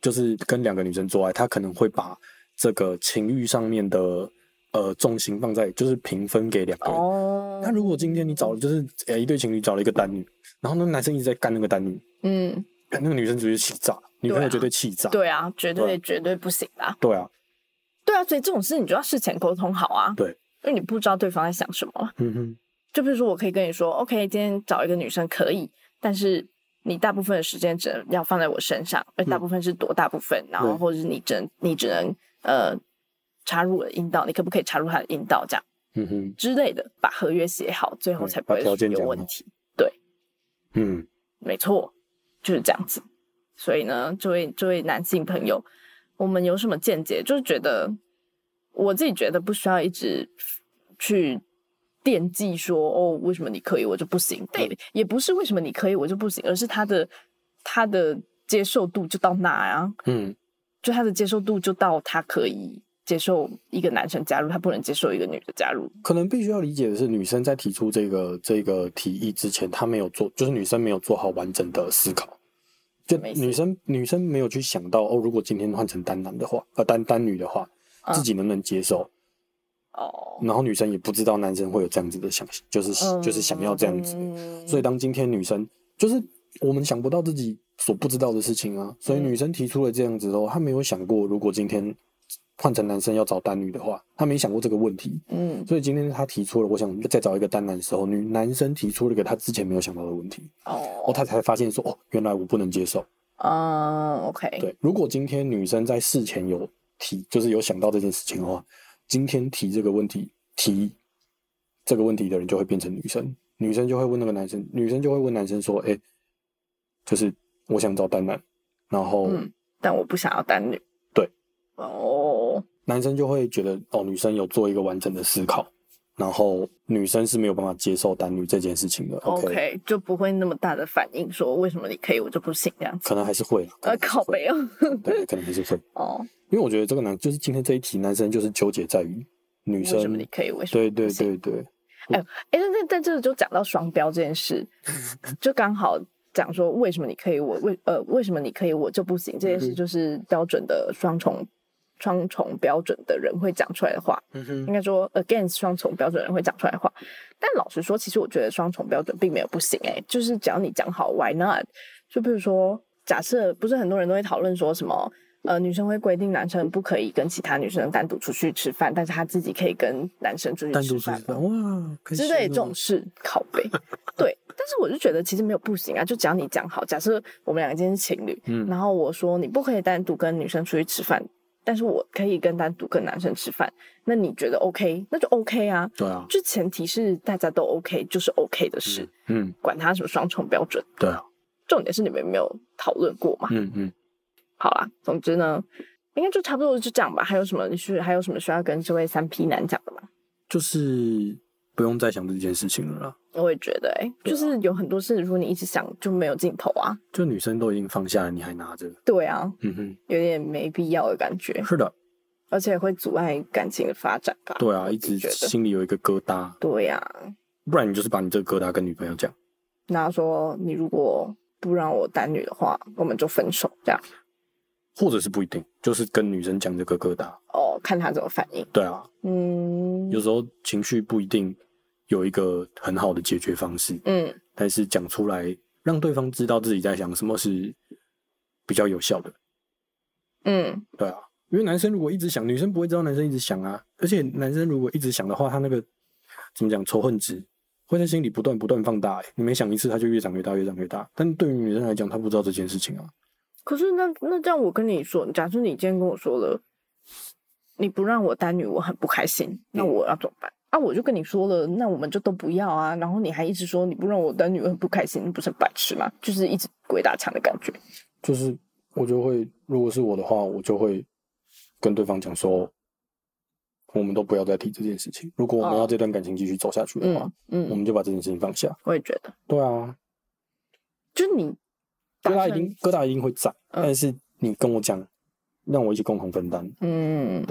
Speaker 2: 就是跟两个女生做爱，他可能会把这个情欲上面的呃重心放在就是平分给两个人。
Speaker 3: 哦，
Speaker 2: 那如果今天你找的就是呃一对情侣找了一个单女，然后那男生一直在干那个单女，
Speaker 3: 嗯。
Speaker 2: 那个女生直接气炸，女朋友绝对气炸。
Speaker 3: 对啊，绝对
Speaker 2: 对
Speaker 3: 绝对不行啦。
Speaker 2: 对啊，
Speaker 3: 对啊，所以这种事你就要事前沟通好啊。
Speaker 2: 对，
Speaker 3: 因为你不知道对方在想什么。
Speaker 2: 嗯哼，
Speaker 3: 就比如说，我可以跟你说，OK，今天找一个女生可以，但是你大部分的时间只能要放在我身上，而大部分是多大部分，然后
Speaker 2: 嗯对
Speaker 3: 或者是你只能你只能呃插入我的阴道，你可不可以插入她的阴道这样
Speaker 2: 嗯哼，
Speaker 3: 之类的，把合约写好，最后
Speaker 2: 对
Speaker 3: 才不
Speaker 2: 把
Speaker 3: 会
Speaker 2: 条件
Speaker 3: 有
Speaker 2: 讲
Speaker 3: 问
Speaker 2: 好
Speaker 3: 题。
Speaker 2: 嗯，
Speaker 3: 没错，就是这样子。所以呢，这位这位男性朋友，我们有什么见解？就是觉得我自己觉得不需要一直去惦记说哦，为什么你可以我就不行？
Speaker 2: 嗯
Speaker 3: 但也也不是为什么你可以我就不行，而是他的他的接受度就到那啊，
Speaker 2: 嗯，
Speaker 3: 就他的接受度就到他可以接受一个男生加入，他不能接受一个女的加入。
Speaker 2: 可能必须要理解的是，女生在提出这个这个提议之前，她没有做，就是女生没有做好完整的思考。就
Speaker 3: 什么意思
Speaker 2: 女生女生没有去想到哦，如果今天换成单男的话，呃单单女的话，
Speaker 3: 嗯
Speaker 2: 自己能不能接受？
Speaker 3: 哦，
Speaker 2: 然后女生也不知道男生会有这样子的想，就是嗯就是想要这样子。
Speaker 3: 嗯
Speaker 2: 所以当今天女生就是我们想不到自己所不知道的事情啊，所以
Speaker 3: 嗯
Speaker 2: 女生提出了这样子之后，她没有想过如果今天换成男生要找单女的话，她没想过这个问题。
Speaker 3: 嗯
Speaker 2: 所以今天她提出了，我想再找一个单男的时候，女男生提出了一个他之前没有想到的问题，
Speaker 3: 哦
Speaker 2: 哦，他才发现说，哦，原来我不能接受。
Speaker 3: 嗯，OK，
Speaker 2: 对，如果今天女生在事前有提，就是有想到这件事情的话，今天提这个问题，提这个问题的人就会变成女生，女生就会问那个男生，女生就会问男生说：“哎、就是我想找单男。”然后
Speaker 3: 嗯但我不想要单女。
Speaker 2: 对，
Speaker 3: 哦，
Speaker 2: 男生就会觉得哦，女生有做一个完整的思考，然后女生是没有办法接受单女这件事情的。
Speaker 3: OK，就不会那么大的反应，说为什么你可以我就不行这样子。
Speaker 2: 可能还是会啦，可
Speaker 3: 呃，
Speaker 2: 能还是
Speaker 3: 靠
Speaker 2: 会，
Speaker 3: 背哦，
Speaker 2: 对，可能还是会，
Speaker 3: 哦，
Speaker 2: 因为我觉得这个男就是今天这一题，男生就是纠结在于女
Speaker 3: 为
Speaker 2: 生
Speaker 3: 什么你可以，为什么
Speaker 2: 对
Speaker 3: 你不
Speaker 2: 对
Speaker 3: 行？
Speaker 2: 对对，
Speaker 3: 哎，但但但这个就讲到双标这 件事，就刚好讲说为什么你可以我为呃为什么你可以我就不行这件
Speaker 2: 嗯
Speaker 3: 事，
Speaker 2: 哼
Speaker 3: 就是标准的双重双重标准的人会讲出来的话。
Speaker 2: 嗯哼
Speaker 3: 应该说 against 双重标准的人会讲出来的话。但老实说，其实我觉得双重标准并没有不行诶、欸就是只要你讲好，why not？就比如说，假设不是很多人都会讨论说什么，呃，女生会规定男生不可以跟其他女生单独出去吃饭，但是他自己可以跟男生出去
Speaker 2: 单
Speaker 3: 吃
Speaker 2: 独出
Speaker 3: 饭
Speaker 2: 去吃饭哇，哦可以
Speaker 3: 之
Speaker 2: 吃
Speaker 3: 类
Speaker 2: 那
Speaker 3: 这种事，靠背。对，但是我就觉得其实没有不行啊，就只要你讲好。假设我们两个今天是情侣，
Speaker 2: 嗯
Speaker 3: 然后我说你不可以单独跟女生出去吃饭，但是我可以跟单独跟男生吃饭，那你觉得 OK，那就 OK 啊。
Speaker 2: 对啊，
Speaker 3: 就前提是大家都 OK，就是 OK 的事，
Speaker 2: 嗯，
Speaker 3: 管他什么双重标准。
Speaker 2: 对啊，
Speaker 3: 重点是你们有没有讨论过嘛？
Speaker 2: 嗯嗯，
Speaker 3: 好啦，总之呢，应该就差不多就这样吧。还有什么？你是还有什么需要跟这位三 P 男讲的吗？
Speaker 2: 就是不用再想这件事情了啦。
Speaker 3: 我也觉得、欸，
Speaker 2: 啊
Speaker 3: 就是有很多事，如果你一直想，就没有尽头啊。
Speaker 2: 就女生都已经放下了，你还拿着，
Speaker 3: 对啊，
Speaker 2: 嗯哼，
Speaker 3: 有点没必要的感觉，
Speaker 2: 是的，
Speaker 3: 而且会阻碍感情的发展吧？
Speaker 2: 对啊，
Speaker 3: 我
Speaker 2: 一
Speaker 3: 自己
Speaker 2: 直
Speaker 3: 觉得。
Speaker 2: 心里有一个疙瘩，
Speaker 3: 对啊呀、
Speaker 2: 不然你就是把你这个疙瘩跟女朋友讲，
Speaker 3: 然后说你如果不让我单女的话，我们就分手这样。
Speaker 2: 或者是不一定，就是跟女生讲这个疙瘩，
Speaker 3: 哦，看他怎么反应。
Speaker 2: 对啊，
Speaker 3: 嗯
Speaker 2: 有时候情绪不一定有一个很好的解决方式，
Speaker 3: 嗯，
Speaker 2: 但是讲出来让对方知道自己在想什么是比较有效的，
Speaker 3: 嗯，
Speaker 2: 对啊，因为男生如果一直想，女生不会知道男生一直想啊。而且男生如果一直想的话，他那个怎么讲仇恨值会在心里不断不断放大、欸。你每想一次，他就越长越大，越长越大。但对于女生来讲，她不知道这件事情啊。
Speaker 3: 可是那那这样，我跟你说，假设你今天跟我说了，你不让我单女，我很不开心，那我要怎么办？啊，我就跟你说了，那我们就都不要啊。然后你还一直说你不让我单女，我很不开心，你不是很白痴吗？就是一直鬼打墙的感觉。
Speaker 2: 就是我就会，如果是我的话，我就会跟对方讲说，我们都不要再提这件事情。如果我们
Speaker 3: 哦
Speaker 2: 要这段感情继续走下去的话，
Speaker 3: 嗯
Speaker 2: 我
Speaker 3: 嗯，
Speaker 2: 们就把这件事情放下。
Speaker 3: 我也觉得，
Speaker 2: 对啊，
Speaker 3: 就是你
Speaker 2: 疙
Speaker 3: 打
Speaker 2: 瘩
Speaker 3: 算
Speaker 2: 一定疙瘩一定会在，
Speaker 3: 嗯
Speaker 2: 但是你跟我讲，让我一起共同分担。
Speaker 3: 嗯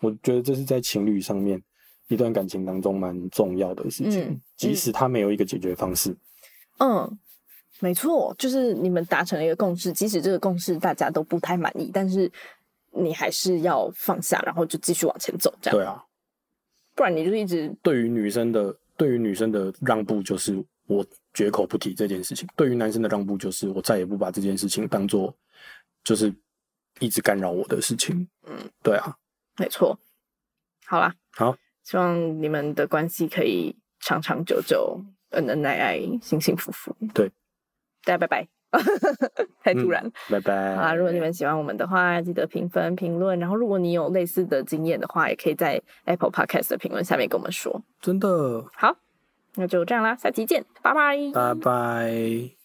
Speaker 2: 我觉得这是在情侣上面一段感情当中蛮重要的事情，
Speaker 3: 嗯
Speaker 2: 即使他没有一个解决方式，
Speaker 3: 嗯，没错，就是你们达成了一个共识，即使这个共识大家都不太满意，但是你还是要放下，然后就继续往前走，这样。
Speaker 2: 对啊，
Speaker 3: 不然你就一直
Speaker 2: 对于女生的对于女生的让步就是我绝口不提这件事情，对于男生的让步就是我再也不把这件事情当做就是一直干扰我的事情，
Speaker 3: 嗯，
Speaker 2: 对啊，
Speaker 3: 没错。好啦，
Speaker 2: 好，
Speaker 3: 希望你们的关系可以长长久久，恩恩爱爱，幸幸福福。
Speaker 2: 对，
Speaker 3: 大家拜拜。 太突然了。
Speaker 2: 拜拜，
Speaker 3: 好啊啦，如果你们喜欢我们的话，记得评分、评论。然后，如果你有类似的经验的话，也可以在 Apple Podcast 的评论下面跟我们说。
Speaker 2: 真的
Speaker 3: 好，那就这样啦，下期见，拜拜。
Speaker 2: 拜拜。